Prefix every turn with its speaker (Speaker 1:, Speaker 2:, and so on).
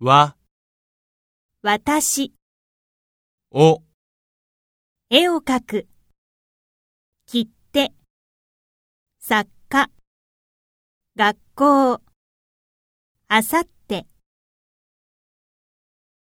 Speaker 1: わ、
Speaker 2: 私、
Speaker 1: お、
Speaker 2: 絵を描く。切手、作家、学校、あさっ